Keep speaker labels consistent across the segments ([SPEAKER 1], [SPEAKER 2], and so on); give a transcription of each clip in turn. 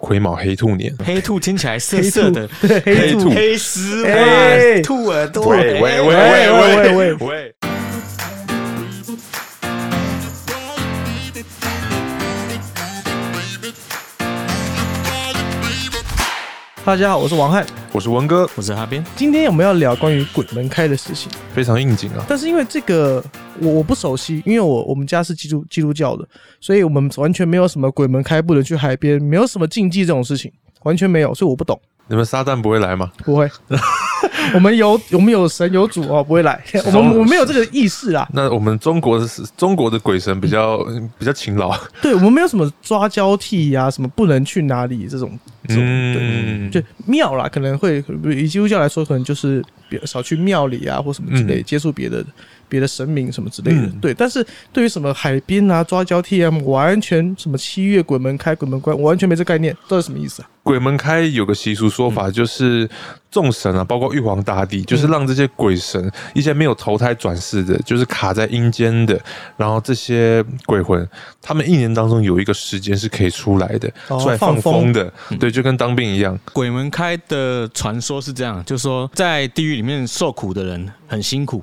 [SPEAKER 1] 灰毛黑兔年。
[SPEAKER 2] 黑兔听起来涩涩的，
[SPEAKER 1] 黑兔
[SPEAKER 2] 黑丝嘛
[SPEAKER 3] 哎，
[SPEAKER 2] 兔耳朵。哎
[SPEAKER 1] 喂喂喂
[SPEAKER 3] 喂喂
[SPEAKER 1] 喂
[SPEAKER 3] 喂
[SPEAKER 1] 喂喂！
[SPEAKER 3] 大家好，我是王翰。
[SPEAKER 1] 我是文哥，
[SPEAKER 2] 我是哈边，
[SPEAKER 3] 今天我们要聊关于鬼门开的事情，
[SPEAKER 1] 非常应景啊。
[SPEAKER 3] 但是因为这个我我不熟悉，因为我我们家是基督基督教的，所以我们完全没有什么鬼门开不能去海边，没有什么禁忌这种事情，完全没有，所以我不懂，
[SPEAKER 1] 你们撒旦不会来吗？
[SPEAKER 3] 不会。我们有我们有神有主哦，不会来，我们我们没有这个意识啦。
[SPEAKER 1] 那我们中国的中国的鬼神比较比较勤劳，啊
[SPEAKER 3] 对，我们没有什么抓交替呀、什么不能去哪里这种， 这种
[SPEAKER 1] 嗯，
[SPEAKER 3] 就庙啦，可能会以基督教来说，可能就是比较少去庙里啊或什么之类，
[SPEAKER 1] 嗯
[SPEAKER 3] 接触别的别的神明什么之类的。
[SPEAKER 1] 嗯
[SPEAKER 3] 对，但是对于什么海边啊、抓交替啊，完全什么七月鬼门开、鬼门关，我完全没这概念，这是什么意思啊？
[SPEAKER 1] 鬼门开有个习俗说法，就是众神啊，包括玉皇大帝，就是让这些鬼神一些没有投胎转世的，就是卡在阴间的，然后这些鬼魂，他们一年当中有一个时间是可以出来的，
[SPEAKER 3] 哦
[SPEAKER 1] 出来放
[SPEAKER 3] 放
[SPEAKER 1] 风嗯的，对，就跟当兵一样。
[SPEAKER 2] 鬼门开的传说是这样，就说在地狱里面受苦的人很辛苦，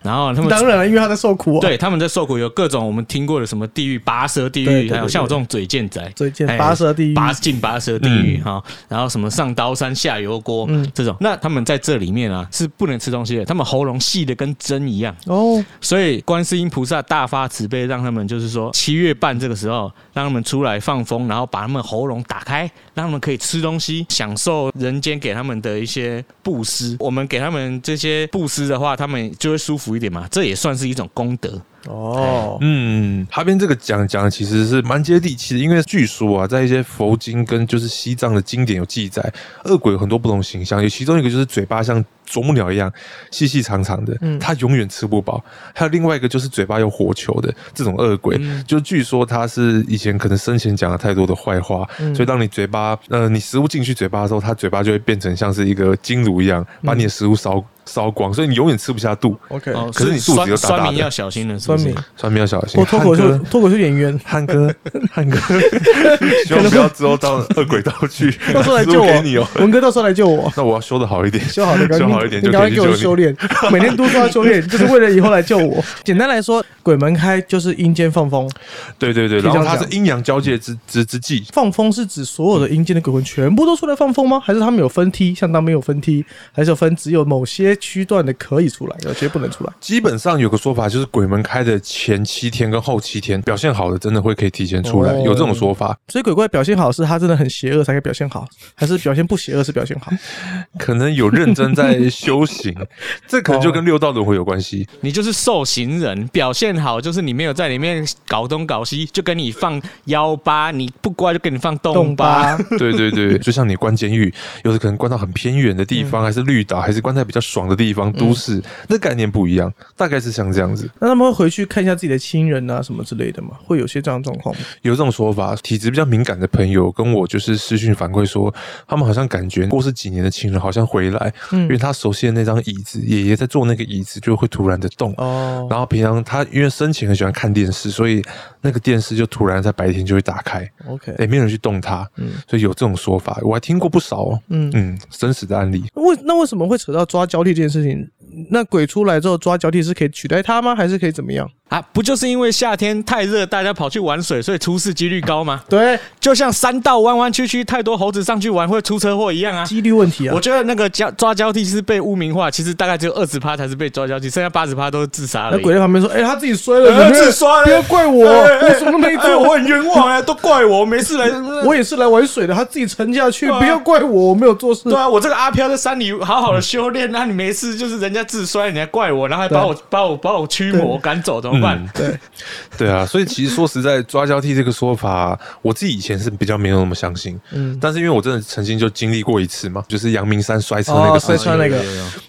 [SPEAKER 2] 然后他们
[SPEAKER 3] 当然了，因为他在受苦、啊。，
[SPEAKER 2] 对他们在受苦有各种我们听过的什么地狱拔舌地
[SPEAKER 3] 对对
[SPEAKER 2] 狱，
[SPEAKER 3] 对
[SPEAKER 2] 还有
[SPEAKER 3] 对
[SPEAKER 2] 像我这种嘴贱仔，
[SPEAKER 3] 最近
[SPEAKER 2] 哎
[SPEAKER 3] 拔舌地狱，
[SPEAKER 2] 拔进拔舌地狱哈、然后什么上刀山下油锅、
[SPEAKER 3] 嗯
[SPEAKER 2] 这种，那他们在这里面啊是不能吃东西的，他们喉咙细的跟针一样，
[SPEAKER 3] 哦，
[SPEAKER 2] 所以观世音菩萨大发慈悲，让他们就是说七月半这个时候，让他们出来放风，然后把他们喉咙打开，让他们可以吃东西，享受人间给他们的一些布施。我们给他们这些布施的话，他们就会舒服一点嘛，这也算是一种功德。
[SPEAKER 3] 哦，
[SPEAKER 1] 嗯，哈边这个讲讲的其实是蛮接地气的，因为据说啊，在一些佛经跟就是西藏的经典有记载，恶鬼有很多不同形象，有其中一个就是嘴巴像啄木鸟一样细细长长的，
[SPEAKER 3] 嗯
[SPEAKER 1] 它永远吃不饱；还有另外一个就是嘴巴有火球的这种恶鬼，
[SPEAKER 3] 嗯
[SPEAKER 1] 就据说他是以前可能生前讲了太多的坏话，
[SPEAKER 3] 嗯
[SPEAKER 1] 所以当你嘴巴呃你食物进去嘴巴的时候，它嘴巴就会变成像是一个金炉一样，把你的食物烧烧光，所以你永远吃不下肚。
[SPEAKER 3] 嗯 OK，
[SPEAKER 2] 哦，
[SPEAKER 1] 可是你肚子
[SPEAKER 2] 酸
[SPEAKER 1] 又大大的
[SPEAKER 2] 酸民要小心了，是
[SPEAKER 3] 酸
[SPEAKER 2] 不
[SPEAKER 3] 民
[SPEAKER 2] 是？
[SPEAKER 1] 所以你要小心。
[SPEAKER 3] 我脱口
[SPEAKER 1] 汉哥
[SPEAKER 3] 秀脱口秀演员，
[SPEAKER 1] 汉哥，汉哥， 希望不要之后到恶鬼道去，
[SPEAKER 3] 到时候来 救
[SPEAKER 1] 给你哦
[SPEAKER 3] 我，。文哥到时候来救我。
[SPEAKER 1] 那我要修的好一点，
[SPEAKER 3] 修好的，
[SPEAKER 1] 修好一点
[SPEAKER 3] 你
[SPEAKER 1] 就
[SPEAKER 3] 你赶
[SPEAKER 1] 可
[SPEAKER 3] 快
[SPEAKER 1] 以去
[SPEAKER 3] 给我
[SPEAKER 1] 救
[SPEAKER 3] 修
[SPEAKER 1] 你。
[SPEAKER 3] 炼，每天都说要修炼， 就是为了以后来救我。简单来说，鬼门开就是阴间放风，
[SPEAKER 1] 对对对，
[SPEAKER 3] 可以
[SPEAKER 1] 然
[SPEAKER 3] 这样
[SPEAKER 1] 后它是
[SPEAKER 3] 讲
[SPEAKER 1] 阴阳交界之之之际，
[SPEAKER 3] 放风是指所有的阴间的鬼魂全部都出来放风吗？还是他们有分梯？像当兵有分梯，还是有分只有某些区段的可以出来，有些不能出来？
[SPEAKER 1] 基本上有个说法就是鬼门开的前七天跟后七天，表现好的真的会可以提前出来，
[SPEAKER 3] 哦
[SPEAKER 1] 有这种说法。
[SPEAKER 3] 所以鬼怪表现好是他真的很邪恶才可以表现好，还是表现不邪恶是表现 好？
[SPEAKER 1] 可能有认真在修 行，这可能
[SPEAKER 3] 哦
[SPEAKER 1] 就跟六道轮回有关系。
[SPEAKER 2] 你就是受刑人，表现好就是你没有在里面搞东搞西，就跟你放幺八，你不乖就给你放
[SPEAKER 3] 动
[SPEAKER 2] 洞八。
[SPEAKER 3] 吧，
[SPEAKER 1] 对对对，就像你关监狱，有的可能关到很偏远的地
[SPEAKER 3] 嗯
[SPEAKER 1] 方，还是绿岛，还是关在比较爽的地方，都市，那概念不一样，大概是像这样子。
[SPEAKER 3] 那他们会回去看一下自己的亲人啊什么之类的吗？会有些这样的状况吗？
[SPEAKER 1] 有这种说法，体质比较敏感的朋友跟我就是私讯反馈说，他们好像感觉过世几年的亲人好像回来，因
[SPEAKER 3] 嗯
[SPEAKER 1] 为他熟悉的那张椅子，爷爷在坐那个椅子就会突然的动。
[SPEAKER 3] 哦，
[SPEAKER 1] 然后平常他因为生前很喜欢看电视，所以那个电视就突然在白天就会打开，
[SPEAKER 3] OK，
[SPEAKER 1] 也没有人去动它，
[SPEAKER 3] 嗯
[SPEAKER 1] 所以有这种说法，我还听过不少哦。
[SPEAKER 3] 嗯
[SPEAKER 1] 嗯，真实的案例，
[SPEAKER 3] 为那为什么会扯到抓交替这件事情？那鬼出来之后抓交替是可以取代它吗？还是可以怎么样？
[SPEAKER 2] 啊，不就是因为夏天太热，大家跑去玩水，所以出事几率高吗？
[SPEAKER 3] 对，
[SPEAKER 2] 就像山道弯弯曲曲，太多猴子上去玩会出车祸一样啊。
[SPEAKER 3] 几率问题啊
[SPEAKER 2] 我。觉得那个交抓交替是被污名化，其实大概只有二十趴才是被抓交替，剩下八十趴都是自杀
[SPEAKER 3] 那
[SPEAKER 2] 了。
[SPEAKER 3] 鬼在旁边说：“哎、他自己摔了，
[SPEAKER 2] 呃
[SPEAKER 3] 你们
[SPEAKER 2] 自摔了
[SPEAKER 3] 不要怪我，
[SPEAKER 2] 哎哎
[SPEAKER 3] 我什么都没
[SPEAKER 2] 哎
[SPEAKER 3] 做，
[SPEAKER 2] 我很冤枉啊，都怪我，没事来。
[SPEAKER 3] 我也是来玩水的，他自己沉下去，
[SPEAKER 2] 对啊
[SPEAKER 3] 不要怪 我，我没有做事
[SPEAKER 2] 对。啊，我这个阿飘在山里好好的修炼，那、你没事，就是人家自摔，你还怪我，然后还把我把我把我驱魔赶走，怎么办？
[SPEAKER 3] 嗯对，
[SPEAKER 1] 对啊，所以其实说实在，抓交替这个说法，我自己以前是比较没有那么相信，
[SPEAKER 3] 嗯，
[SPEAKER 1] 但是因为我真的曾经就经历过一次嘛，就是阳明山摔车那个
[SPEAKER 3] 哦
[SPEAKER 1] 事
[SPEAKER 3] 摔
[SPEAKER 1] 情，
[SPEAKER 3] 车那个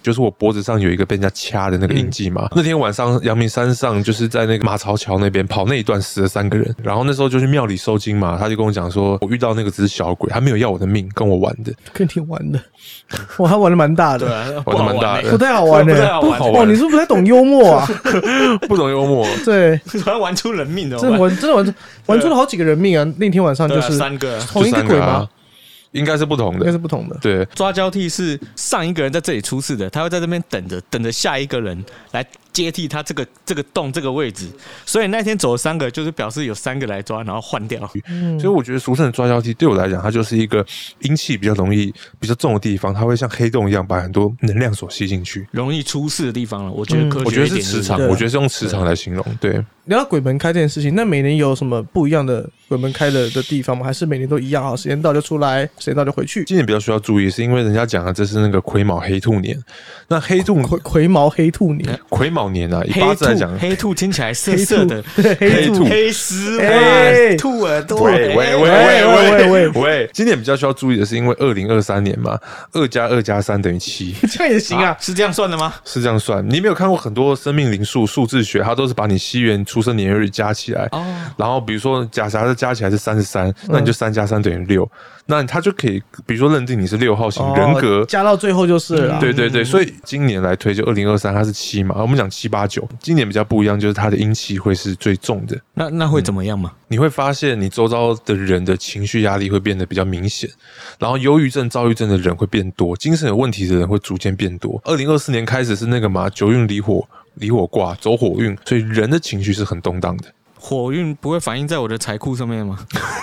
[SPEAKER 1] 就是我脖子上有一个被人家掐的那个印记
[SPEAKER 3] 嗯
[SPEAKER 1] 嘛。那天晚上，阳明山上就是在那个马槽桥那边跑那一段死了三个人，然后那时候就去庙里收金嘛，他就跟我讲说，我遇到那个只是小鬼，他没有要我的命，跟我玩的。
[SPEAKER 3] 跟你玩的，哇，他玩的蛮大
[SPEAKER 2] 对
[SPEAKER 3] 的，
[SPEAKER 2] 啊，
[SPEAKER 1] 玩得蛮大的
[SPEAKER 3] 不太好玩欸
[SPEAKER 2] 不
[SPEAKER 3] 的、
[SPEAKER 2] 太好玩
[SPEAKER 1] 好
[SPEAKER 3] 哇，
[SPEAKER 1] 玩
[SPEAKER 3] 你是不是不太懂幽默 啊？
[SPEAKER 1] 不懂幽默，
[SPEAKER 3] 对，
[SPEAKER 2] 突然玩出人命的，
[SPEAKER 3] 真的玩，真的玩，玩出了好几个人命啊！那天晚上
[SPEAKER 2] 对
[SPEAKER 3] 就
[SPEAKER 2] 啊
[SPEAKER 3] 是
[SPEAKER 2] 三个啊，
[SPEAKER 3] 同一
[SPEAKER 1] 就
[SPEAKER 3] 个
[SPEAKER 1] 三
[SPEAKER 3] 鬼
[SPEAKER 1] 个
[SPEAKER 3] 吗
[SPEAKER 1] 啊？应该是不同
[SPEAKER 3] 应该
[SPEAKER 1] 的。
[SPEAKER 3] 是不同的。
[SPEAKER 1] 对，
[SPEAKER 2] 抓交替是上一个人在这里出事的，他会在这边等着，等着下一个人来接替他这个这个洞这个位置。所以那天走了三个，就是表示有三个来抓，然后换掉。
[SPEAKER 1] 所以我觉得俗称的抓交替对我来讲，它就是一个阴气比较容易、比较重的地方，它会像黑洞一样把很多能量所吸进去。
[SPEAKER 2] 容易出事的地方了，我觉得
[SPEAKER 3] 嗯
[SPEAKER 2] 科
[SPEAKER 1] 我觉
[SPEAKER 2] 学
[SPEAKER 1] 得
[SPEAKER 2] 一
[SPEAKER 1] 是
[SPEAKER 2] 点
[SPEAKER 1] 磁
[SPEAKER 2] 就
[SPEAKER 1] 场，
[SPEAKER 3] 对
[SPEAKER 1] 我觉得是用磁场来形容。对，
[SPEAKER 3] 聊到鬼门开这件事情，那每年有什么不一样的鬼门开的的地方吗？还是每年都一样啊？时间到就出来，时间到就回去。
[SPEAKER 1] 今年比较需要注意，是因为人家讲的这是那个癸卯黑兔年。那黑兔
[SPEAKER 3] 葵葵毛黑兔年，
[SPEAKER 1] 癸卯年啊，以八
[SPEAKER 2] 黑
[SPEAKER 1] 字来讲
[SPEAKER 2] 兔，，黑兔听起来色色的，
[SPEAKER 3] 对黑
[SPEAKER 1] 黑兔
[SPEAKER 2] 黑丝
[SPEAKER 3] 哎
[SPEAKER 2] 嘛，兔哎耳朵，
[SPEAKER 1] 喂喂喂喂
[SPEAKER 3] 喂 喂喂
[SPEAKER 1] 喂喂！今年比较需要注意的是，因为二零二三年嘛，二加二加三等于七，
[SPEAKER 3] 这样也行啊
[SPEAKER 2] 啊，？是这样算的吗？
[SPEAKER 1] 是这样算。你没有看过很多生命灵数数字学，它都是把你西元出生年月日加起来，
[SPEAKER 2] 哦，
[SPEAKER 1] 然后比如说假设它加起来是三十三，
[SPEAKER 2] 嗯
[SPEAKER 1] 那你就三加三等于六，那它就可以，比如说认定你是六号型人格
[SPEAKER 3] 哦。加到最后就是啊了
[SPEAKER 2] 哦
[SPEAKER 3] 啦。
[SPEAKER 1] 对对
[SPEAKER 2] 嗯
[SPEAKER 1] 对，所以今年来推就二零二三，它是七嘛，我们讲七八九。今年比较不一样，就是它的阴气会是最重的，
[SPEAKER 2] 那那会怎么样嘛？
[SPEAKER 1] 你会发现你周遭的人的情绪压力会变得比较明显，然后忧郁症、躁郁症的人会变多，精神有问题的人会逐渐变多。二零二四年开始是那个嘛九运离火，离火卦走火运，所以人的情绪是很动荡的。
[SPEAKER 2] 火运不会反映在我的财库上面 吗？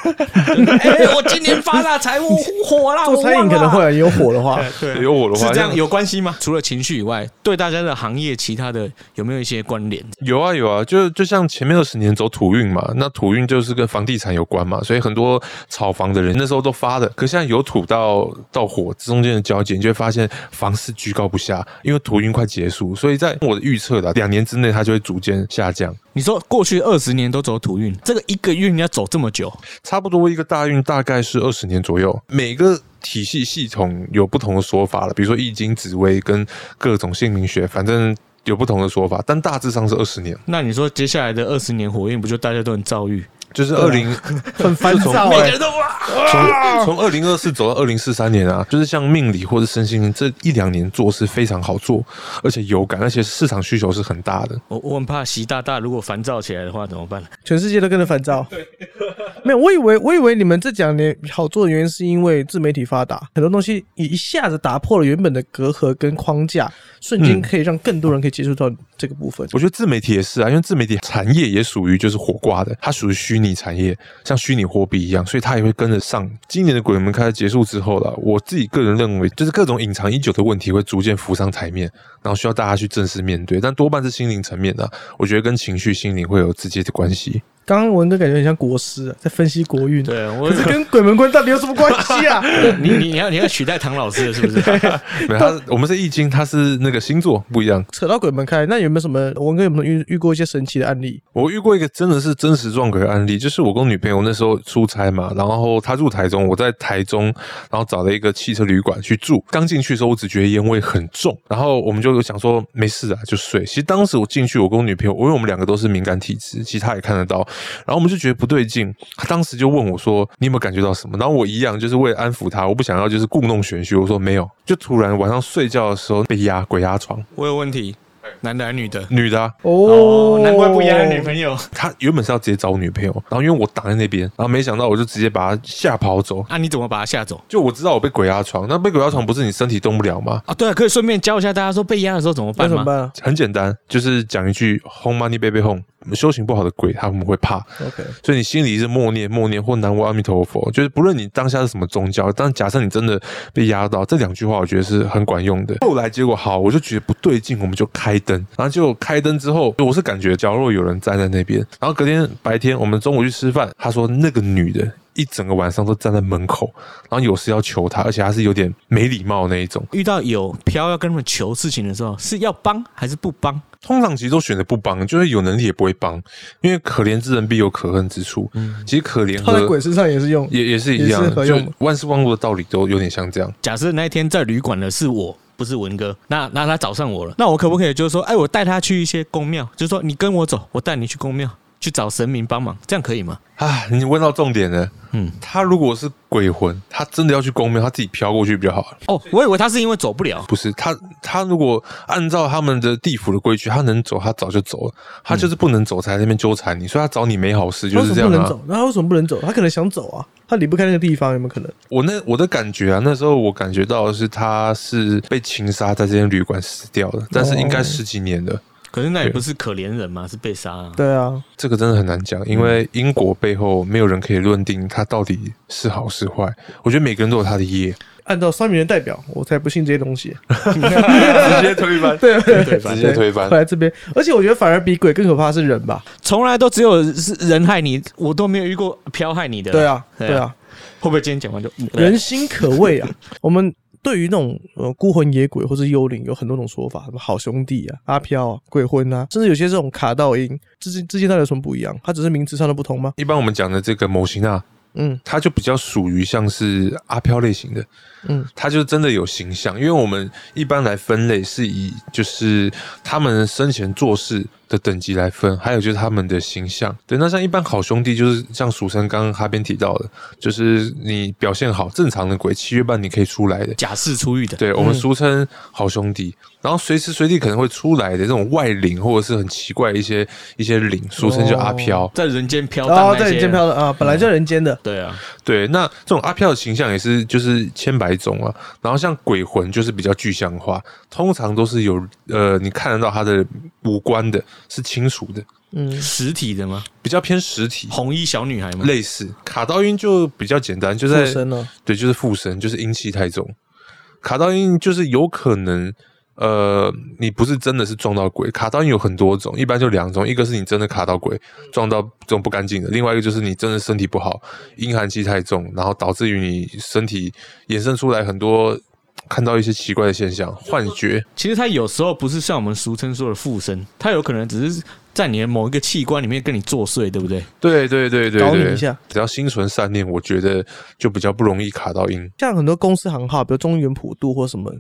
[SPEAKER 2] 哎，我今年发大财，我火啦，
[SPEAKER 3] 做
[SPEAKER 2] 我
[SPEAKER 3] 餐饮
[SPEAKER 2] 旺
[SPEAKER 3] 可能
[SPEAKER 2] 啦
[SPEAKER 3] 会。很有火的话，
[SPEAKER 2] 嗯 对
[SPEAKER 1] 有我的话，
[SPEAKER 2] 是这样
[SPEAKER 1] 像
[SPEAKER 2] 有关系吗？除了情绪以外，对大家的行业其他的有没有一些关联？
[SPEAKER 1] 有啊有啊，就就像前面二十年走土运嘛，那土运就是跟房地产有关嘛，所以很多炒房的人那时候都发的，可现在有土到到火中间的交界，你就会发现房市居高不下，因为土运快结束，所以在我的预测的两年之内，它就会逐渐下降。
[SPEAKER 2] 你说过去二十年都走土运，这个一个运要走这么久，
[SPEAKER 1] 差不多一个大运大概是二十年左右，每个体系系统有不同的说法了，比如说易经、紫微跟各种姓名学，反正有不同的说法，但大致上是二十年，
[SPEAKER 2] 那你说接下来的二十年火运，不就大家都很躁郁？
[SPEAKER 1] 就是二零、
[SPEAKER 3] 很烦躁
[SPEAKER 2] 每个
[SPEAKER 3] 哎
[SPEAKER 2] 人。都哇，
[SPEAKER 1] 从从二零二四走到二零四三年啊，就是像命理或者身心灵这一两年做是非常好做，而且有感，而且市场需求是很大的。
[SPEAKER 2] 我我很怕习大大如果烦躁起来的话怎么办？
[SPEAKER 3] 全世界都跟着烦躁。没有，我以为我以为你们这两年好做的原因是因为自媒体发达，很多东西一一下子打破了原本的隔阂跟框架，瞬间
[SPEAKER 1] 嗯
[SPEAKER 3] 可以让更多人可以接触到这个部分。
[SPEAKER 1] 我觉得自媒体也是啊，因为自媒体产业也属于就是火挂的，它属于虚拟产业，像虚拟货币一样，所以它也会跟得上。今年的鬼门开结束之后了，我自己个人认为，就是各种隐藏已久的问题会逐渐浮上台面，然后需要大家去正式面对，但多半是心灵层面的啊、我觉得跟情绪、心灵会有直接的关系。
[SPEAKER 3] 刚刚文哥感觉很像国师、啊，在分析国运，
[SPEAKER 2] 对我
[SPEAKER 3] 可，是跟鬼门关到底有什么关系啊？
[SPEAKER 2] 你你你要你要取代唐老师了是不是？
[SPEAKER 1] 没有，它我们是易经，它是那个星座不一样。
[SPEAKER 3] 扯到鬼门开，那有没有什么文哥有没有遇遇过一些神奇的案例？
[SPEAKER 1] 我遇过一个真的是真实撞鬼的案例，就是我跟我女朋友那时候出差嘛，然后她住台中，我在台中，然后找了一个汽车旅馆去住。刚进去的时候，我只觉得烟味很重，然后我们就想说没事啊，就睡。其实当时我进去，我跟我女朋友，因为我们两个都是敏感体质，其实她也看得到，然后我们就觉得不对劲，她当时就问我说：“你有没有感觉到什么？”然后我一样就是为了安抚她，我不想要就是故弄玄虚，我说没有。就突然晚上睡觉的时候被压鬼压床，
[SPEAKER 2] 我有问题，男的还是女的？
[SPEAKER 1] 女的、啊。
[SPEAKER 3] 哦，
[SPEAKER 2] 难怪不一样的女朋友
[SPEAKER 1] 他原本是要直接找我女朋友，然后因为我挡在那边，然后没想到我就直接把他吓跑走。
[SPEAKER 2] 啊！你怎么把他吓走
[SPEAKER 1] 就我知道我被鬼压床，那被鬼压床不是你身体动不了吗？
[SPEAKER 2] 啊？对啊，可以顺便教一下大家说被压的时候怎么
[SPEAKER 3] 那
[SPEAKER 2] 办
[SPEAKER 3] 怎么
[SPEAKER 2] 吗？
[SPEAKER 3] 办啊
[SPEAKER 1] 很简单，就是讲一句 “Home Money Baby Home”，修行不好的鬼他们会怕，
[SPEAKER 3] ？OK，
[SPEAKER 1] 所以你心里是默念默念或南无阿弥陀佛，就是不论你当下是什么宗教，但假设你真的被压到，这两句话我觉得是很管用的。后来结果好，我就觉得不对劲，我们就开灯，然后结果开灯之后，我是感觉角落有人站在那边，然后隔天白天我们中午去吃饭，他说那个女的。一整个晚上都站在门口，然后有事要求她，而且她是有点没礼貌那一种。
[SPEAKER 2] 遇到有飘要跟他们求事情的时候，是要帮还是不帮？
[SPEAKER 1] 通常其实都选择不帮，就是有能力也不会帮，因为可怜之人必有可恨之处。其实可怜
[SPEAKER 3] 放在
[SPEAKER 1] 和
[SPEAKER 3] 鬼身上也是用。
[SPEAKER 1] 也也是一
[SPEAKER 3] 也
[SPEAKER 1] 样
[SPEAKER 3] 是合，
[SPEAKER 1] 就
[SPEAKER 3] 用的
[SPEAKER 1] 万事万物的道理都有点像这样。
[SPEAKER 2] 假设那一天在旅馆的是我，不是文哥，那那他找上我了，那我可不可以就是说，哎，我带他去一些公庙，就是说你跟我走，我带你去公庙。去找神明帮忙，这样可以吗？
[SPEAKER 1] 啊，你问到重点了。
[SPEAKER 2] 嗯，
[SPEAKER 1] 他如果是鬼魂，他真的要去公庙，他自己飘过去比较好。
[SPEAKER 2] 哦，我以为他是因为走不了，
[SPEAKER 1] 不是他，他如果按照他们的地府的规矩，他能走，他早就走了，他就是不能走，才在那边纠缠你，所以他找你没好事，
[SPEAKER 3] 他
[SPEAKER 1] 就
[SPEAKER 3] 为
[SPEAKER 1] 是
[SPEAKER 3] 什
[SPEAKER 1] 这样
[SPEAKER 3] 么不能
[SPEAKER 1] 啊
[SPEAKER 3] 走。？那他为什么不能走？他可能想走啊，他离不开那个地方，有没有可能？
[SPEAKER 1] 我那我的感觉啊，那时候我感觉到的是他是被情杀，在这间旅馆死掉的，但是应
[SPEAKER 3] 哦
[SPEAKER 1] 该十几年了，
[SPEAKER 2] 可是那也不是可怜人嘛，是被杀、啊。
[SPEAKER 3] 对啊，
[SPEAKER 1] 这个真的很难讲，因为因果背后没有人可以论定他到底是好是坏。我觉得每个人都有他的业，
[SPEAKER 3] 按照三名人代表，我才不信这些东西。
[SPEAKER 1] 直接推翻，
[SPEAKER 3] 对，
[SPEAKER 2] 对吧
[SPEAKER 1] 直？接推翻
[SPEAKER 3] 回。来这边，而且我觉得反而比鬼更可怕是人吧？
[SPEAKER 2] 从来都只有是人害你，我都没有遇过飘害你的。
[SPEAKER 3] 对，啊，
[SPEAKER 2] 对啊
[SPEAKER 3] 对啊，
[SPEAKER 2] 会不会今天讲完就
[SPEAKER 3] 人心可畏啊！ 我们对于那种呃孤魂野鬼或是幽灵有很多种说法，什么好兄弟啊、阿飘啊、鬼魂啊，甚至有些这种卡道音，之间之间到底有什么不一样？它只是名词上的不同吗？
[SPEAKER 1] 一般我们讲的这个模型啊，
[SPEAKER 3] 嗯
[SPEAKER 1] 它就比较属于像是阿飘类型的，
[SPEAKER 3] 嗯，
[SPEAKER 1] 它就真的有形象，因为我们一般来分类是以就是他们生前做事的等级来分，还有就是他们的形象。对，那像一般好兄弟，就是像蜀生刚刚哈边提到的，就是你表现好，正常的鬼七月半你可以出来的。
[SPEAKER 2] 假释出狱的？
[SPEAKER 1] 对我们俗称好兄弟，然后随时随地可能会出来的这种外灵，或者是很奇怪的一些一些灵，俗称叫阿飘。
[SPEAKER 2] 在人间飘
[SPEAKER 3] 哦然后
[SPEAKER 2] 荡
[SPEAKER 3] 在
[SPEAKER 2] 那
[SPEAKER 3] 人
[SPEAKER 2] 些
[SPEAKER 3] 间飘
[SPEAKER 2] 人。
[SPEAKER 3] 的啊，本来就人间的，
[SPEAKER 2] 对啊，
[SPEAKER 1] 对，那这种阿飘的形象也是就是千百种啊，然后像鬼魂就是比较具象化，通常都是有呃你看得到他的五官的，是清楚的，
[SPEAKER 3] 嗯，
[SPEAKER 2] 实体的吗？
[SPEAKER 1] 比较偏实体，
[SPEAKER 2] 红衣小女孩吗？
[SPEAKER 1] 类似卡刀音就比较简单，就在
[SPEAKER 3] 附身了，
[SPEAKER 1] 对，就是附身，就是阴气太重，卡刀音就是有可能。呃，你不是真的是撞到鬼，卡刀音有很多种，一般就两种，一个是你真的卡到鬼，撞到这种不干净的；，另外一个就是你真的身体不好，阴寒气太重，然后导致于你身体衍生出来很多看到一些奇怪的现象，幻觉。
[SPEAKER 2] 其实它有时候不是像我们俗称说的附身，它有可能只是在你的某一个器官里面跟你作祟，对不对？
[SPEAKER 1] 对对对对
[SPEAKER 3] 搞你
[SPEAKER 1] 对，
[SPEAKER 3] 一下
[SPEAKER 1] 只要心存善念，我觉得就比较不容易卡到阴。
[SPEAKER 3] 像很多公司行号，比如中原普渡或什么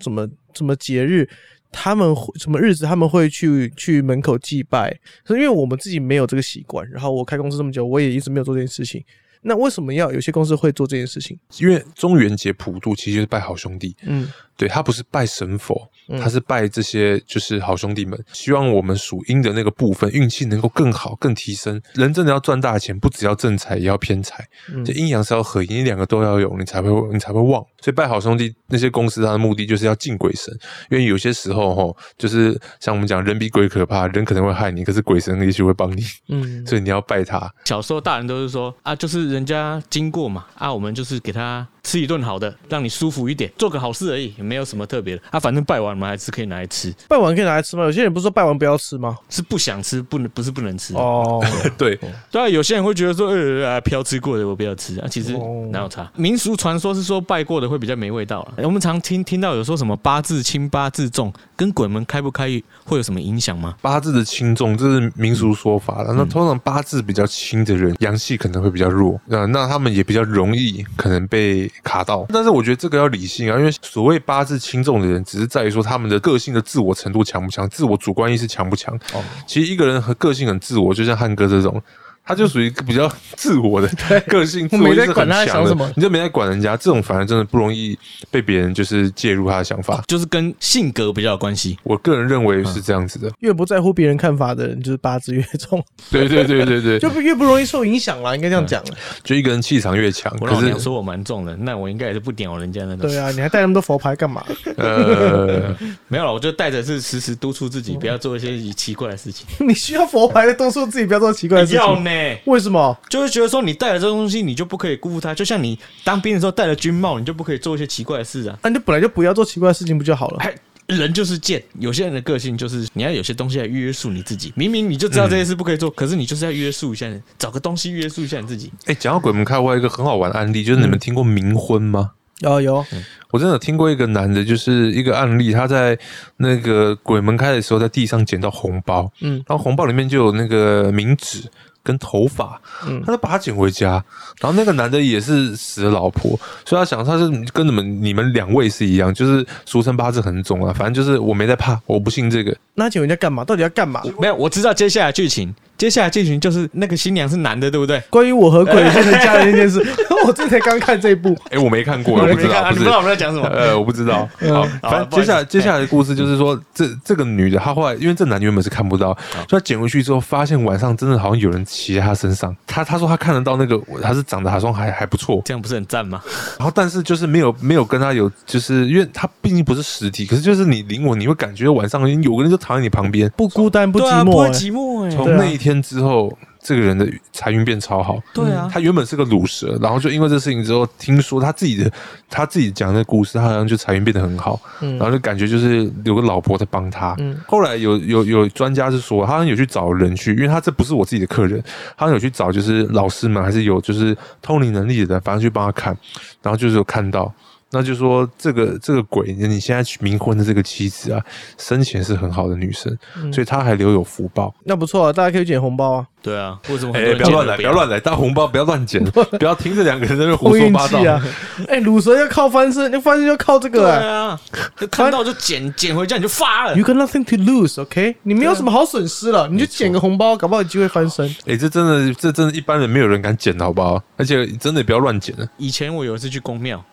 [SPEAKER 3] 什么什么节日，他们会什么日子他们会去去门口祭拜，是因为我们自己没有这个习惯。然后我开公司这么久，我也一直没有做这件事情。那为什么要有些公司会做这件事情？
[SPEAKER 1] 因为中元节普渡其实就是拜好兄弟，
[SPEAKER 3] 嗯，
[SPEAKER 1] 对他不是拜神佛，
[SPEAKER 3] 嗯
[SPEAKER 1] 他是拜这些就是好兄弟们，希望我们属阴的那个部分运气能够更好、更提升。人真的要赚大钱，不只要正财，也要偏财。
[SPEAKER 3] 嗯
[SPEAKER 1] 这阴阳是要合一，你两个都要有，你才会你才会旺。所以拜好兄弟那些公司，它的目的就是要敬鬼神，因为有些时候吼，就是像我们讲，人比鬼可怕，人可能会害你，可是鬼神也许会帮你，
[SPEAKER 3] 嗯，
[SPEAKER 1] 所以你要拜他。
[SPEAKER 2] 小时候大人都是说啊，就是人家经过嘛，啊，我们就是给他吃一顿好的，让你舒服一点，做个好事而已，也没有什么特别的。啊，反正拜完我们还是可以拿来吃，
[SPEAKER 3] 拜完可以拿来吃吗？有些人不是说拜完不要吃吗？
[SPEAKER 2] 是不想吃，不能不是不能吃。哦，
[SPEAKER 3] 哦，
[SPEAKER 1] 对，
[SPEAKER 2] 对啊，有些人会觉得说，呃，啊飘吃过的我不要吃啊，其实
[SPEAKER 3] 哦
[SPEAKER 2] 哪有差？嗯民俗传说是说拜过的会比较没味道啊了。我们常听听到有说什么八字轻八字重，跟鬼门开不开会有什么影响吗？
[SPEAKER 1] 八字的轻重，这是民俗说法
[SPEAKER 3] 嗯
[SPEAKER 1] 了。那通常八字比较轻的人，阳气可能会比较弱，那那他们也比较容易可能被卡到。但是我觉得这个要理性啊，因为所谓八字轻重的人，只是在于说他们的个性的自我程度强不强，自我主观意识强不强。
[SPEAKER 3] 哦
[SPEAKER 1] 其实一个人和个性很自我，就像汉哥这种。他就属于比较自我 的个性，
[SPEAKER 3] 我
[SPEAKER 1] 自我
[SPEAKER 3] 没
[SPEAKER 1] 意
[SPEAKER 3] 在
[SPEAKER 1] 识很
[SPEAKER 3] 管他在
[SPEAKER 1] 强
[SPEAKER 3] 想
[SPEAKER 1] 的
[SPEAKER 3] 什么
[SPEAKER 1] 你就没在管人家，这种反而真的不容易被别人就是介入他的想法。
[SPEAKER 2] 就是跟性格比较有关系。
[SPEAKER 1] 我个人认为是
[SPEAKER 3] 嗯
[SPEAKER 1] 这样子的，
[SPEAKER 3] 越不在乎别人看法的人，就是八字越 重，
[SPEAKER 1] 对对对对 对，
[SPEAKER 3] 就不越不容易受影响啦。应该这样讲。
[SPEAKER 2] 嗯
[SPEAKER 1] 就一个人气场越强，
[SPEAKER 2] 我
[SPEAKER 1] 可
[SPEAKER 2] 老娘
[SPEAKER 1] 是
[SPEAKER 2] 说我蛮重的，那我应该也是不屌人家那种。
[SPEAKER 3] 对啊，你还带那么多佛牌干嘛？
[SPEAKER 1] 呃，
[SPEAKER 2] 没有了，我就带着是时时督促自己，不要做一些奇怪的事情。
[SPEAKER 3] 你需要佛牌来督促自己不要做奇怪的事
[SPEAKER 2] 要
[SPEAKER 3] 情。
[SPEAKER 2] 呢，
[SPEAKER 3] 为什么？
[SPEAKER 2] 就会觉得说你带了这东西，你就不可以辜负它。就像你当兵的时候带了军帽，你就不可以做一些奇怪的事啊。
[SPEAKER 3] 那、你就本来就不要做奇怪的事情不就好了？
[SPEAKER 2] 哎，人就是贱，有些人的个性就是你要有些东西来约束你自己。明明你就知道这些事不可以
[SPEAKER 1] 嗯
[SPEAKER 2] 做，可是你就是要约束一下，找个东西约束一下你自己。
[SPEAKER 1] 哎，讲到鬼门开，我有一个很好玩的案例，就是你们听过冥婚吗？
[SPEAKER 3] 有有，
[SPEAKER 1] 我真的有听过一个男的，就是一个案例，他在那个鬼门开的时候，在地上捡到红包，
[SPEAKER 3] 嗯
[SPEAKER 1] 然后红包里面就有那个冥纸跟头发，
[SPEAKER 3] 嗯
[SPEAKER 1] 他就把它捡回家。然后那个男的也是死了老婆，所以他想他是跟你们你们两位是一样，就是俗称八字很重啊，反正就是我没在怕，我不信这个。嗯
[SPEAKER 3] 那请人家干嘛？到底要干嘛？
[SPEAKER 2] 没有，我知道接下来剧情。接下来进行就是那个新娘是男的，对不对？
[SPEAKER 3] 关于我和鬼变成家人这件事， 我最才刚看这一部，
[SPEAKER 1] 哎、我没看过，我不知
[SPEAKER 2] 你
[SPEAKER 1] 道，
[SPEAKER 2] 看啊
[SPEAKER 1] 不
[SPEAKER 2] 你不
[SPEAKER 1] 是
[SPEAKER 2] 知。道 我们在讲什么？
[SPEAKER 1] 呃，我不知 道。好，反正
[SPEAKER 2] 嗯不好意
[SPEAKER 1] 接
[SPEAKER 2] 思哎
[SPEAKER 1] 下来接下来的故事就是说，这这个女的她后来，因为这男的原本是看不到，所以她捡回去之后，发现晚上真的好像有人骑在她身上。她她说她看得到那个，她是长得好像还还不错，
[SPEAKER 2] 这样不是很 赞吗？
[SPEAKER 1] 然后但是就是没有没有跟她有，就是因为她毕竟不是实体，可是就是你灵魂，你会感觉晚上有个人就躺在你旁边。
[SPEAKER 3] 不孤单不
[SPEAKER 2] 对
[SPEAKER 3] 寂
[SPEAKER 2] 啊，不
[SPEAKER 3] 寞、
[SPEAKER 2] 会
[SPEAKER 3] 欸。
[SPEAKER 2] 寂寞哎、
[SPEAKER 1] 从那一天之后，这个人的财运变超好。
[SPEAKER 2] 对啊，
[SPEAKER 1] 嗯他原本是个卤蛇，然后就因为这事情之后，听说他自己的他自己讲的故事，他好像就财运变得很好，
[SPEAKER 3] 嗯
[SPEAKER 1] 然后就感觉就是有个老婆在帮他。
[SPEAKER 3] 嗯
[SPEAKER 1] 后来有有有专家是说，他好像有去找人去，因为他这不是我自己的客人，他好像有去找就是老师们还是有就是通灵能力的人，反正去帮他看，然后就是有看到。那就说这个这个鬼，你现在去冥婚的这个妻子啊，生前是很好的女生，
[SPEAKER 2] 嗯
[SPEAKER 1] 所以她还留有福报。
[SPEAKER 3] 那不错、啊，大家可以捡红包啊，
[SPEAKER 2] 对啊，为什么
[SPEAKER 1] 哎、
[SPEAKER 2] 很多人
[SPEAKER 1] 不要
[SPEAKER 2] 见
[SPEAKER 1] 乱
[SPEAKER 2] 了
[SPEAKER 1] 来，不要乱来，当红包不要乱捡，不要听这两个人在那边胡
[SPEAKER 3] 碰
[SPEAKER 1] 说
[SPEAKER 3] 运
[SPEAKER 1] 八道
[SPEAKER 3] 气。啊。哎、卤蛇要靠翻身，那翻身要靠这
[SPEAKER 2] 对
[SPEAKER 3] 个、欸。
[SPEAKER 2] 啊，就看到就捡捡回家你就发了
[SPEAKER 3] You。got nothing to lose, OK？你没有什么好损失了，你就捡个红包，搞不好有机会翻身。
[SPEAKER 1] 哎、这真的，这真的，一般人没有人敢捡的好不好？而且真的不要乱捡了。
[SPEAKER 2] 以前我有一次去公庙，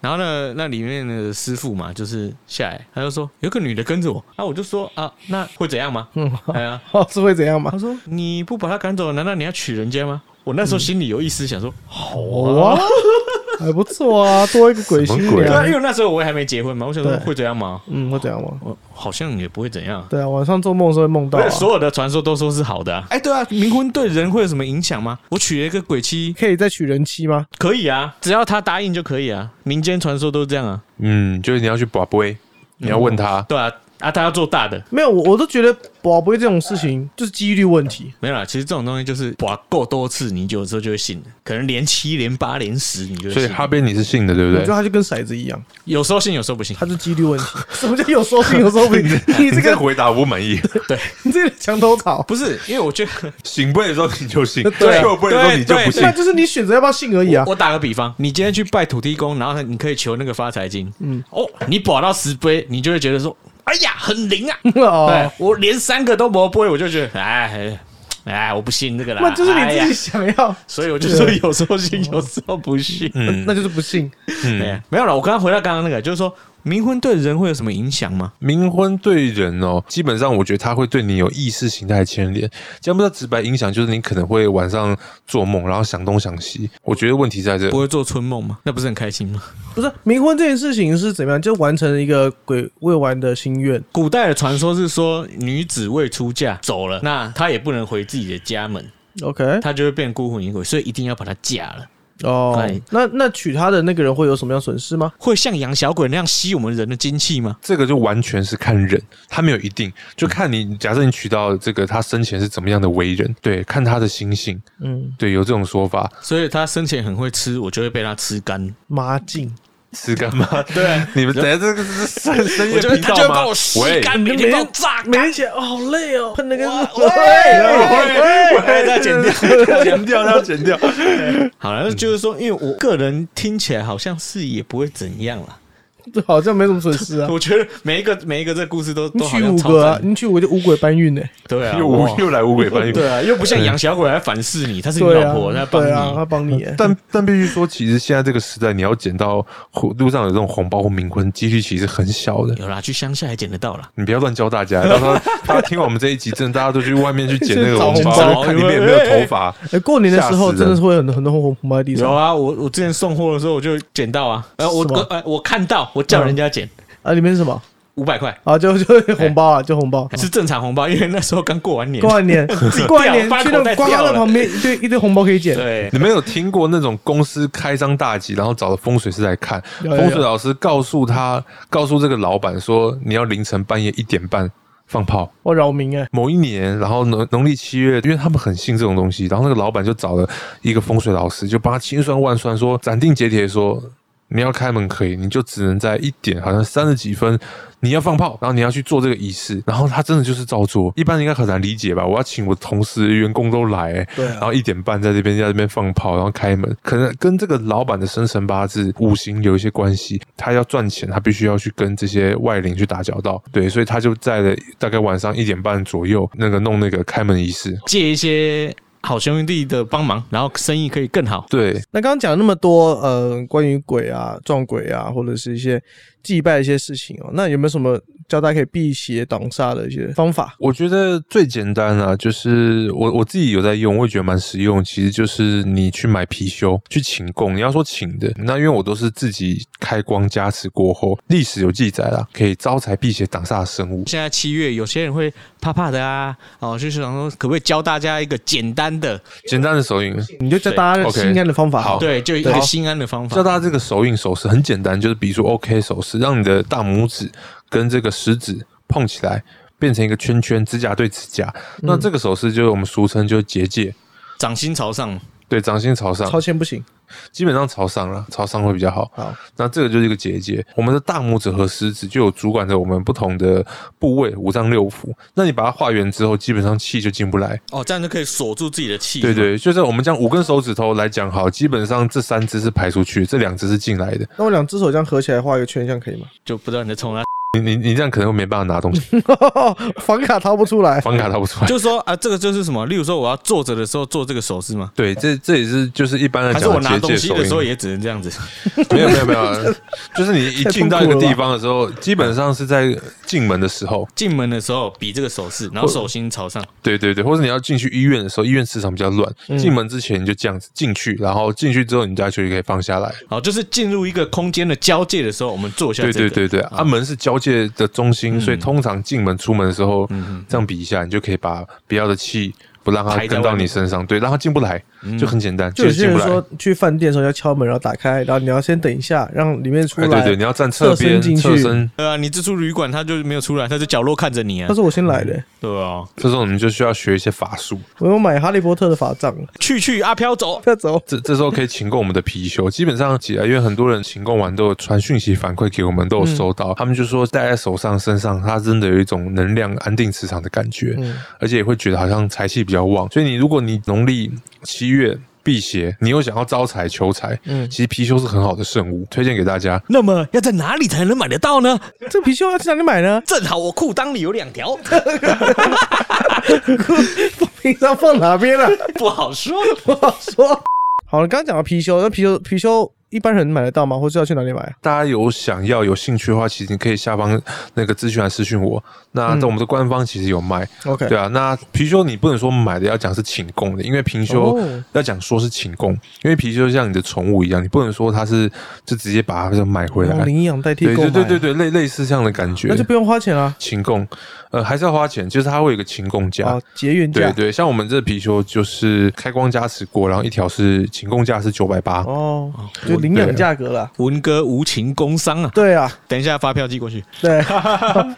[SPEAKER 2] 然后呢，那里面的师傅嘛，就是下来，他就说有个女的跟着我，啊，我就说啊，那会怎样吗？
[SPEAKER 3] 嗯，
[SPEAKER 2] 哎呀，
[SPEAKER 3] 好是会怎样吗
[SPEAKER 2] 他？说你不把她赶走，难道你要娶人家吗？我那时候心里有一丝想说，好
[SPEAKER 3] 哇，啊还不错啊，多一个鬼新
[SPEAKER 1] 什么鬼
[SPEAKER 2] 对啊，因
[SPEAKER 3] 娘。
[SPEAKER 2] 为那时候我也还没结婚嘛，我想说
[SPEAKER 3] 对
[SPEAKER 2] 会怎样吗？
[SPEAKER 3] 嗯，会怎样吗？
[SPEAKER 2] 我好像也不会怎样。
[SPEAKER 3] 对啊，晚上做梦的时候会梦到、
[SPEAKER 2] 不
[SPEAKER 3] 啊
[SPEAKER 2] 是，所有的传说都说是好的、啊，哎，对啊，冥婚对人会有什么影响吗？我娶了一个鬼妻，
[SPEAKER 3] 可以再娶人妻吗？
[SPEAKER 2] 可以啊，只要他答应就可以啊。民间传说都是这样啊，
[SPEAKER 1] 嗯，就是你要去把杯，你要问
[SPEAKER 3] 嗯
[SPEAKER 1] 他，
[SPEAKER 2] 对啊，啊，他要做大的，
[SPEAKER 3] 没有，我我都觉得宝贝这种事情就是几率问题。
[SPEAKER 2] 没有啦。其实这种东西就是把够多次，你就有时候就会信了，可能连七、连八、连十，你就会
[SPEAKER 1] 所以
[SPEAKER 2] 信。
[SPEAKER 1] 哈边你是信的，对
[SPEAKER 3] 我
[SPEAKER 1] 不
[SPEAKER 3] 觉得
[SPEAKER 1] 对？
[SPEAKER 3] 他就跟骰子一样，
[SPEAKER 2] 有时候信，有时候不信
[SPEAKER 3] 他。是几率问题。什么叫有时候信，有时 候不信？你这
[SPEAKER 1] 你这
[SPEAKER 3] 个
[SPEAKER 1] 回答我不满意，
[SPEAKER 3] 你这个墙头草，
[SPEAKER 2] 不是，因为我觉得，。
[SPEAKER 1] 醒背的时候你就信，
[SPEAKER 3] 对啊
[SPEAKER 1] 秀背的时候你就不信
[SPEAKER 3] 那。就是你选择要不要信而已啊
[SPEAKER 2] 我打个比方，你今天去拜土地公，然后你可以求那个发财金，嗯，哦，你保到十杯，你就会觉得说，哎呀，很灵啊。对
[SPEAKER 3] 哦，
[SPEAKER 2] 我连三个都没背，我就觉得，哎哎，我不信这个啦。
[SPEAKER 3] 那就是你
[SPEAKER 2] 哎
[SPEAKER 3] 自己嗯
[SPEAKER 2] 呀
[SPEAKER 3] 想要，
[SPEAKER 2] 所以我就说有时候信，有时候不信。
[SPEAKER 1] 嗯
[SPEAKER 3] 那就是不信。
[SPEAKER 2] 对啊，没有了。我刚刚回到刚刚那个，就是说冥婚对人会有什么影响吗？
[SPEAKER 1] 冥婚对人哦，基本上我觉得它会对你有意识形态的牵连。讲不到直白影响，就是你可能会晚上做梦，然后想东想西。我觉得问题在这。
[SPEAKER 2] 不会做春梦吗？那不是很开心吗？
[SPEAKER 3] 不是冥婚这件事情是怎么样？就完成了一个鬼未完的心愿。
[SPEAKER 2] 古代的传说是说，女子未出嫁走了，那她也不能回自己的家门，
[SPEAKER 3] OK，
[SPEAKER 2] 她就会变孤魂野鬼，所以一定要把她嫁了。
[SPEAKER 3] 哦
[SPEAKER 2] 对，
[SPEAKER 3] 那那娶她的那个人会有什么样损失吗？
[SPEAKER 2] 会像养小鬼那样吸我们人的精气吗？
[SPEAKER 1] 这个就完全是看人，他没有一定，就看你
[SPEAKER 2] 嗯
[SPEAKER 1] 假设你娶到这个他生前是怎么样的为人，对，看他的心性，
[SPEAKER 3] 嗯，
[SPEAKER 1] 对，有这种说法，
[SPEAKER 2] 所以她生前很会吃，我就会被她吃干。
[SPEAKER 3] 麻进，
[SPEAKER 1] 吃干嘛？
[SPEAKER 2] 对，
[SPEAKER 1] 你们等下这个是深深
[SPEAKER 2] 我
[SPEAKER 1] 夜
[SPEAKER 2] 就会
[SPEAKER 1] 频
[SPEAKER 2] 她
[SPEAKER 1] 道
[SPEAKER 2] 就会把
[SPEAKER 1] 吗
[SPEAKER 2] 我？吸
[SPEAKER 1] 喂，
[SPEAKER 2] 干，每天
[SPEAKER 3] 每
[SPEAKER 2] 都
[SPEAKER 3] 天
[SPEAKER 2] 榨
[SPEAKER 3] 每
[SPEAKER 2] 干。
[SPEAKER 3] 天起来哦好累哦，喷那个
[SPEAKER 2] 喂
[SPEAKER 3] 哎
[SPEAKER 2] 喂喂，再剪掉。
[SPEAKER 1] 剪掉，要剪掉。
[SPEAKER 2] 好了，那就是说，因为我个人听起来好像是也不会怎样啦。
[SPEAKER 3] 这哎好像没什么损失 啊。
[SPEAKER 2] 我觉得每一个每一个这故事都
[SPEAKER 3] 你
[SPEAKER 2] 都好
[SPEAKER 3] 娶
[SPEAKER 2] 像
[SPEAKER 3] 五
[SPEAKER 2] 超
[SPEAKER 3] 个啊，
[SPEAKER 2] 赞的
[SPEAKER 3] 你娶五个就五鬼搬运呢。
[SPEAKER 2] 对啊，
[SPEAKER 1] 又
[SPEAKER 2] 哇
[SPEAKER 1] 无 又来无鬼翻译。
[SPEAKER 2] 对啊，又不像养小鬼来反噬你，他是你
[SPEAKER 3] 对啊
[SPEAKER 2] 老婆，他，帮
[SPEAKER 3] 对啊，他
[SPEAKER 2] 你。
[SPEAKER 3] 帮你欸。
[SPEAKER 1] 但但必须说，其实现在这个时代，你要捡到红路上有这种红包或冥婚，几率其实很小的。
[SPEAKER 2] 有啦，去乡下还捡得到啦。
[SPEAKER 1] 你不要乱教大家，到时候大家听完我们这一集，真的大家都去外面去捡那 个
[SPEAKER 3] 找
[SPEAKER 1] 红
[SPEAKER 3] 红
[SPEAKER 1] 包，
[SPEAKER 2] 包
[SPEAKER 1] 看里面有没有头发。
[SPEAKER 3] 哎，过年的时候
[SPEAKER 1] 吓死人
[SPEAKER 3] 真的是会有很很多红红包在地
[SPEAKER 2] 有
[SPEAKER 3] 上
[SPEAKER 2] 啊，我我之前送货的时候我就捡到啊，呃，我
[SPEAKER 3] 是
[SPEAKER 2] 我
[SPEAKER 3] 吗
[SPEAKER 2] 呃我看到，我叫人家捡
[SPEAKER 1] 嗯
[SPEAKER 3] 啊，里面是什么？
[SPEAKER 2] 五百块，
[SPEAKER 3] 啊，就就红包啊，就红包。
[SPEAKER 2] 是正常红包，因为那时候刚过完年
[SPEAKER 3] 过。完年，过完年
[SPEAKER 2] 掉
[SPEAKER 3] 去
[SPEAKER 2] 发口
[SPEAKER 3] 那
[SPEAKER 2] 袋
[SPEAKER 3] 种刮刮
[SPEAKER 2] 掉
[SPEAKER 3] 乐
[SPEAKER 2] 了
[SPEAKER 3] 旁边一堆一堆红包可以捡。
[SPEAKER 2] 对，
[SPEAKER 1] 你们有听过那种公司开张大吉，然后找了风水师来看，
[SPEAKER 3] 有有
[SPEAKER 1] 风水老师告诉他，告诉这个老板说，你要凌晨半夜一点半放炮。
[SPEAKER 3] 我扰民哎、
[SPEAKER 1] 某一年，然后农农历七月，因为他们很信这种东西，然后那个老板就找了一个风水老师，就帮他千算万算说，斩钉截铁地说你要开门可以，你就只能在一点，好像三十几分，你要放炮，然后你要去做这个仪式，然后他真的就是照做。一般人应该很难理解吧？我要请我同事、员工都来、欸
[SPEAKER 3] 对啊
[SPEAKER 1] 然后一点半在这边在这边放炮，然后开门，可能跟这个老板的生辰八字、五行有一些关系。他要赚钱，他必须要去跟这些外灵去打交道，对，所以他就在了大概晚上一点半左右，那个弄那个开门仪式。
[SPEAKER 2] 借一些好兄弟的帮忙，然后生意可以更好。
[SPEAKER 1] 对，
[SPEAKER 3] 那刚刚讲了那么多，呃，关于鬼啊、撞鬼啊，或者是一些祭拜的一些事情哦，那有没有什么教大家可以辟邪挡煞的一些方法？
[SPEAKER 1] 我觉得最简单啊，就是我我自己有在用，我也觉得蛮实用。其实就是你去买貔貅，去请供。你要说请的，那因为我都是自己开光加持过后，历史有记载啦，可以招财辟邪挡煞生物。
[SPEAKER 2] 现在七月，有些人会怕怕的啊，哦，就是想说，可不可以教大家一个简单的，
[SPEAKER 1] 简单的手印，
[SPEAKER 3] 你就教大家
[SPEAKER 1] OK，
[SPEAKER 3] 心安的方法
[SPEAKER 1] 好
[SPEAKER 2] 对，就一个
[SPEAKER 1] 哦对
[SPEAKER 2] 心安的方
[SPEAKER 1] 教
[SPEAKER 2] 法。
[SPEAKER 1] 大家这个手印手势很简单，就是比如说 OK 手势，让你的大拇指跟这个食指碰起来。变成一个圈圈，指甲对指甲，那这个手势就是我们俗称就是结界，
[SPEAKER 2] 掌心朝上，
[SPEAKER 1] 对，掌心朝上，
[SPEAKER 3] 超前不行。
[SPEAKER 1] 基本上朝上了，朝上会比较好。
[SPEAKER 3] 好，
[SPEAKER 1] 那这个就是一个结界。我们的大拇指和食指就有主管着我们不同的部位，五脏六腑。那你把它画圆之后，基本上气就进不来。
[SPEAKER 2] 哦，这样就可以锁住自己的气。
[SPEAKER 1] 对，对，就是我们讲五根手指头来讲好，基本上这三只是排出去，这两只是进来的。
[SPEAKER 3] 那我两只手这样合起来画一个圈，这样可以吗？
[SPEAKER 2] 就不知道你在冲他。
[SPEAKER 1] 你你你这样可能会没办法拿 东西，
[SPEAKER 3] 房卡掏不出来，
[SPEAKER 1] 房卡拿不出来。
[SPEAKER 2] 就是说啊，这个就是什么？例如说，我要坐着的时候做这个手势吗？
[SPEAKER 1] 对，这这也是就是一般来
[SPEAKER 2] 还是
[SPEAKER 1] 讲
[SPEAKER 2] 我拿
[SPEAKER 1] 结界
[SPEAKER 2] 东西
[SPEAKER 1] 手
[SPEAKER 2] 的时候
[SPEAKER 1] 印。
[SPEAKER 2] 也只能这样子？
[SPEAKER 1] 没有没有没有， 就是你一
[SPEAKER 3] 太
[SPEAKER 1] 进
[SPEAKER 3] 痛
[SPEAKER 1] 到一
[SPEAKER 3] 苦
[SPEAKER 1] 个
[SPEAKER 3] 了
[SPEAKER 1] 地
[SPEAKER 3] 吧
[SPEAKER 1] 方的时候，基本上是在进门的时候，
[SPEAKER 2] 进门的时候比这个手势，然后手心朝上。
[SPEAKER 1] 对对对，或者你要进去医院的时候，医院市场比较乱，
[SPEAKER 3] 嗯
[SPEAKER 1] 进门之前你就这样子进去，然后进去之后你再去就可以放下来。
[SPEAKER 2] 好，就是进入一个空间的交界的时候，我们做一下
[SPEAKER 1] 对
[SPEAKER 2] 这
[SPEAKER 1] 对
[SPEAKER 2] 个。
[SPEAKER 1] 对对，啊，门是交界的中
[SPEAKER 3] 嗯
[SPEAKER 1] 心，所以通常进门出门的时候，这样比一下，你就可以把不要的气不让它
[SPEAKER 2] 排在
[SPEAKER 1] 跟到
[SPEAKER 2] 外面
[SPEAKER 1] 你身上，对，让它进不来，就很简单，
[SPEAKER 3] 嗯就有
[SPEAKER 1] 是
[SPEAKER 3] 些
[SPEAKER 1] 进
[SPEAKER 3] 人
[SPEAKER 1] 不来。
[SPEAKER 3] 说去饭店的时候要敲门，然后打开，然后你要先等一下，让里面出
[SPEAKER 1] 哎，
[SPEAKER 3] 来。
[SPEAKER 1] 对对，你要站侧
[SPEAKER 3] 侧身
[SPEAKER 1] 边
[SPEAKER 3] 进去
[SPEAKER 1] 侧身，
[SPEAKER 2] 对啊，你这出旅馆他就没有出来，他在角落看着你啊
[SPEAKER 3] 但。是我先来的、
[SPEAKER 1] 嗯
[SPEAKER 2] 对啊，
[SPEAKER 1] 这时候你们就需要学一些法术。
[SPEAKER 3] 我有买哈利波特的法杖，
[SPEAKER 2] 去去阿飘走。
[SPEAKER 3] 不要走。
[SPEAKER 1] 这这时候可以请供我们的貔貅，基本上起来，因为很多人请供完都有传讯息反馈给我们，都有收到。他们就说戴在手上、身上，它真的有一种能量安定磁场的感觉，而且也会觉得好像财气比较旺。所以你如果你农历七月辟邪，你又想要招财求财，
[SPEAKER 3] 嗯
[SPEAKER 1] 其实貔貅是很好的圣物，推荐给大家。
[SPEAKER 2] 那么要在哪里才能买得到呢？
[SPEAKER 3] 这貔貅要去哪里买呢？
[SPEAKER 2] 正好我裤裆里有两条，
[SPEAKER 3] 平常放哪边 啊？
[SPEAKER 2] 不好说。
[SPEAKER 3] 不好说。好了，刚刚讲到貔貅，那貔貅貔貅一般人买得到吗？或是要去哪里买啊？
[SPEAKER 1] 大家有想要、有兴趣的话，其实你可以下方那个资讯栏私讯我。那在我们的官方其实有卖，
[SPEAKER 3] OK
[SPEAKER 1] 对啊。那貔貅你不能说买的，要讲是请供的，因为貔貅
[SPEAKER 3] 哦
[SPEAKER 1] 要讲说是请供，因为貔貅就像你的宠物一样，你不能说它是就直接把它买回来
[SPEAKER 3] 哦，。领养代替
[SPEAKER 1] 对啊
[SPEAKER 3] 购买，
[SPEAKER 1] 对对对对，类类似这样的感觉
[SPEAKER 3] 那。就不用花钱了。
[SPEAKER 1] 请供，呃，还是要花钱，就是它会有一个请供价。
[SPEAKER 3] 哦，结缘
[SPEAKER 1] 对
[SPEAKER 3] 价。
[SPEAKER 1] 对，像我们这貔貅就是开光加持过，然后一条是请供价是九百八，
[SPEAKER 3] 哦，就领养价格了。
[SPEAKER 2] 文哥无情工伤啊！
[SPEAKER 3] 对啊，
[SPEAKER 2] 等一下发票寄过去。
[SPEAKER 3] 对，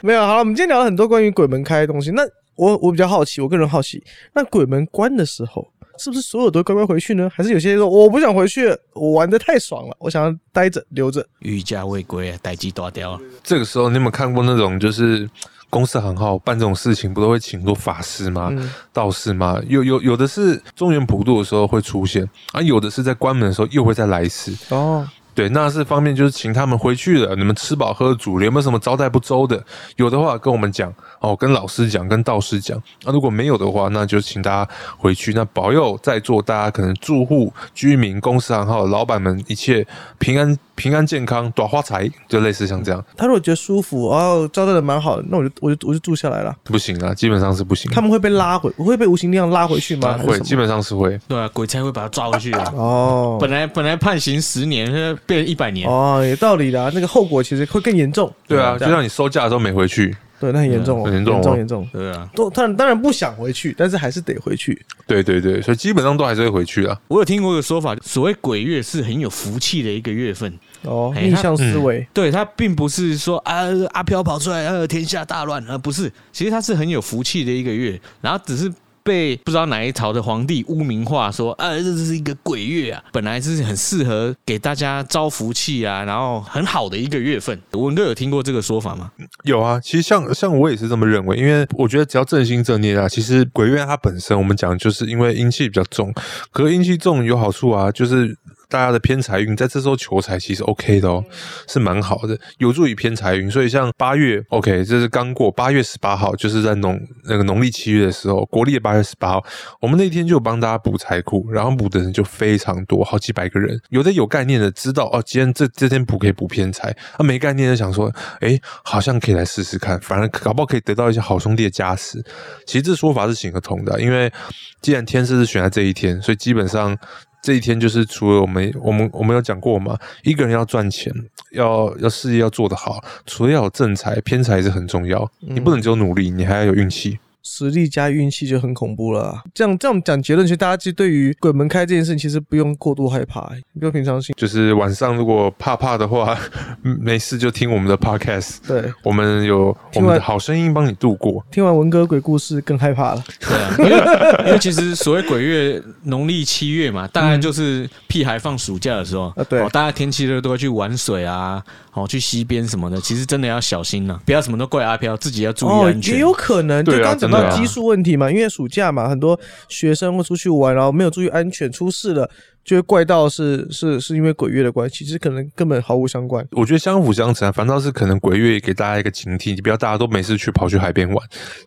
[SPEAKER 3] 没有好了，我们今天聊了很多关于鬼门开的东西。那我我比较好奇，我个人好奇，那鬼门关的时候，是不是所有都乖乖回去呢？还是有些人说我不想回去，我玩的太爽了，我想要待着留着？
[SPEAKER 2] 欲嫁未归啊，待机大雕啊！
[SPEAKER 1] 这个时候，你有没有看过那种就是公司行号办这种事情，不都会请多法师吗、
[SPEAKER 3] 嗯
[SPEAKER 1] 道士吗？有有有的是中原普渡的时候会出现，啊，有的是在关门的时候又会再来一次。
[SPEAKER 3] 哦，
[SPEAKER 1] 对，那是方面就是请他们回去了，你们吃饱喝足了，有没有什么招待不周的？有的话跟我们讲哦，跟老师讲，跟道士讲。啊那、如果没有的话，那就请大家回去。那保佑在座大家可能住户、居民、公司行号、老板们一切平安、平安健康、短花财，就类似像这样。
[SPEAKER 3] 他如果觉得舒服，哦，招待的蛮好的，那我就我就我就住下来了。
[SPEAKER 1] 不行啊，基本上是不行。
[SPEAKER 3] 他们会被拉回，会被无形力量拉回去吗？还
[SPEAKER 1] 会
[SPEAKER 3] 是
[SPEAKER 1] 基
[SPEAKER 3] 什么
[SPEAKER 1] 本上是会，
[SPEAKER 2] 对啊，鬼才会把他抓回去啊！
[SPEAKER 3] 哦
[SPEAKER 2] 本来本来判刑十年，现在变成一百年。
[SPEAKER 3] 哦，有道理啦，那个后果其实会更严重。
[SPEAKER 1] 对啊，就
[SPEAKER 3] 这样
[SPEAKER 1] 像你收假的时候没回去，
[SPEAKER 3] 对，那很严重哦，
[SPEAKER 1] 很严重哦
[SPEAKER 3] 严重严重。
[SPEAKER 2] 对啊，
[SPEAKER 3] 都当然当然不想回去，但是还是得回去。
[SPEAKER 1] 对对对，所以基本上都还是会回去啊。
[SPEAKER 2] 我有听过一个说法，所谓鬼月是很有福气的一个月份。
[SPEAKER 3] 哦，
[SPEAKER 2] 哎
[SPEAKER 3] 逆
[SPEAKER 2] 他
[SPEAKER 3] 向思
[SPEAKER 1] 嗯
[SPEAKER 3] 维。
[SPEAKER 2] 对，它并不是说啊阿飘跑出来，呃、天下大乱，而、不是，其实它是很有福气的一个月，然后只是。被不知道哪一朝的皇帝污名化说，啊，这是一个鬼月啊，本来是很适合给大家招福气啊，然后很好的一个月份。文哥有听过这个说法吗？
[SPEAKER 1] 有啊，其实像像我也是这么认为，因为我觉得只要正心正念啊，其实鬼月它本身我们讲就是因为阴气比较重，可是阴气重有好处啊，就是大家的偏财运在这时候求财其实 OK 的哦，是蛮好的，有助于偏财运。所以像八月 OK，这是刚过八月十八号，就是在农那个农历七月的时候，国历的八月十八号，我们那天就有帮大家补财库，然后补的人就非常多，好几百个人。有的有概念的知道哦，今天这这天补可以补偏财，啊没概念的想说，哎，好像可以来试试看，反正搞不好可以得到一些好兄弟的加持。其实这说法是行得通的，因为既然天师是选在这一天，所以基本上。这一天就是除了我们，我们我们有讲过嘛，一个人要赚钱，要要事业要做得好，除了要有正财，偏财也是很重要。你不能只有努力，你还要有运气。
[SPEAKER 3] 实力加运气就很恐怖了啊。这样这样讲结论，其实大家其实对于鬼门开这件事情，其实不用过度害怕、欸，你不用平常心。
[SPEAKER 1] 就是晚上如果怕怕的话， 嗯没事就听我们的 podcast，
[SPEAKER 3] 对，
[SPEAKER 1] 我们有我
[SPEAKER 3] 听完
[SPEAKER 1] 们的好声音帮你度过。
[SPEAKER 3] 听完文哥鬼故事更害怕了。
[SPEAKER 2] 对啊，因为因为其实所谓鬼月，农历七月嘛，大概就是屁孩放暑假的时候，
[SPEAKER 3] 啊对
[SPEAKER 2] 哦大家天气热都会去玩水啊，哦，去溪边什么的，其实真的要小心了、不要什么都怪阿飘，自己要注意安全。
[SPEAKER 3] 哦也有可能。就
[SPEAKER 1] 对啊
[SPEAKER 3] 刚刚
[SPEAKER 1] 真
[SPEAKER 3] 讲到
[SPEAKER 1] 的啊
[SPEAKER 3] 基数问题嘛，因为暑假嘛，很多学生会出去玩，然后没有注意安全，出事了就会怪到是是是因为鬼月的关系，其实可能根本毫无相关。
[SPEAKER 1] 我觉得相辅相成啊，反倒是可能鬼月给大家一个警惕，你不要大家都没事去跑去海边玩。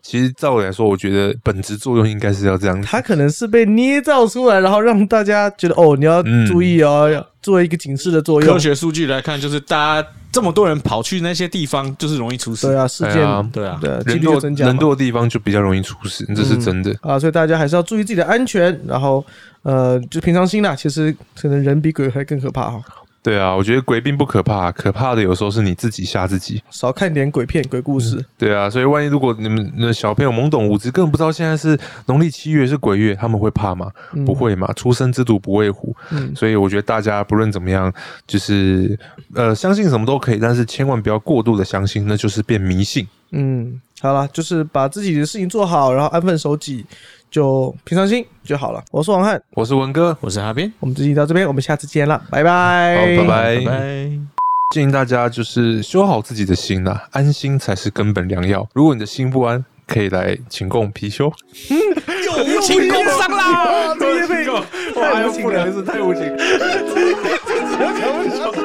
[SPEAKER 1] 其实照理来说，我觉得本质作用应该是要这样子。
[SPEAKER 3] 它可能是被捏造出来，然后让大家觉得哦，你要
[SPEAKER 1] 嗯
[SPEAKER 3] 注意哦，要作为一个警示的作用
[SPEAKER 2] 科。学数据来看，就是大家这么多人跑去那些地方，就是容易出事。
[SPEAKER 3] 对啊，事件
[SPEAKER 1] 哎呀
[SPEAKER 2] 对啊，
[SPEAKER 3] 对啊几
[SPEAKER 1] 人
[SPEAKER 3] 率就
[SPEAKER 1] 多
[SPEAKER 3] 增加嘛
[SPEAKER 1] 人多的地方就比较容易出事，这是真的。
[SPEAKER 3] 啊，所以大家还是要注意自己的安全，然后呃，就平常心啦。其实可能人比鬼还更可怕哈、
[SPEAKER 1] 对啊，我觉得鬼并不可怕，可怕的有时候是你自己吓自己。
[SPEAKER 3] 少看点鬼片、鬼故事。
[SPEAKER 1] 对啊，所以万一如果你们那小朋友懵懂无知，根本不知道现在是农历七月是鬼月，他们会怕吗？嗯不会嘛，初生之犊不畏虎。
[SPEAKER 3] 嗯
[SPEAKER 1] 所以我觉得大家不论怎么样，就是呃相信什么都可以，但是千万不要过度的相信，那就是变迷信。
[SPEAKER 3] 嗯，好啦，就是把自己的事情做好，然后安分守己，就平常心就好了。我是王翰，
[SPEAKER 1] 我是文哥，
[SPEAKER 2] 我是阿边，
[SPEAKER 3] 我们这期到这边，我们下次见啦，
[SPEAKER 1] 好，
[SPEAKER 3] 拜
[SPEAKER 1] 拜
[SPEAKER 3] 拜，
[SPEAKER 1] 拜。
[SPEAKER 2] 拜拜。
[SPEAKER 1] 建议大家就是修好自己的心呐、安心才是根本良药。如果你的心不安，可以来请供貔貅。
[SPEAKER 2] 有情共伤啦。
[SPEAKER 3] 啊，这个被
[SPEAKER 1] 太无情了，太无情。
[SPEAKER 3] 太无情了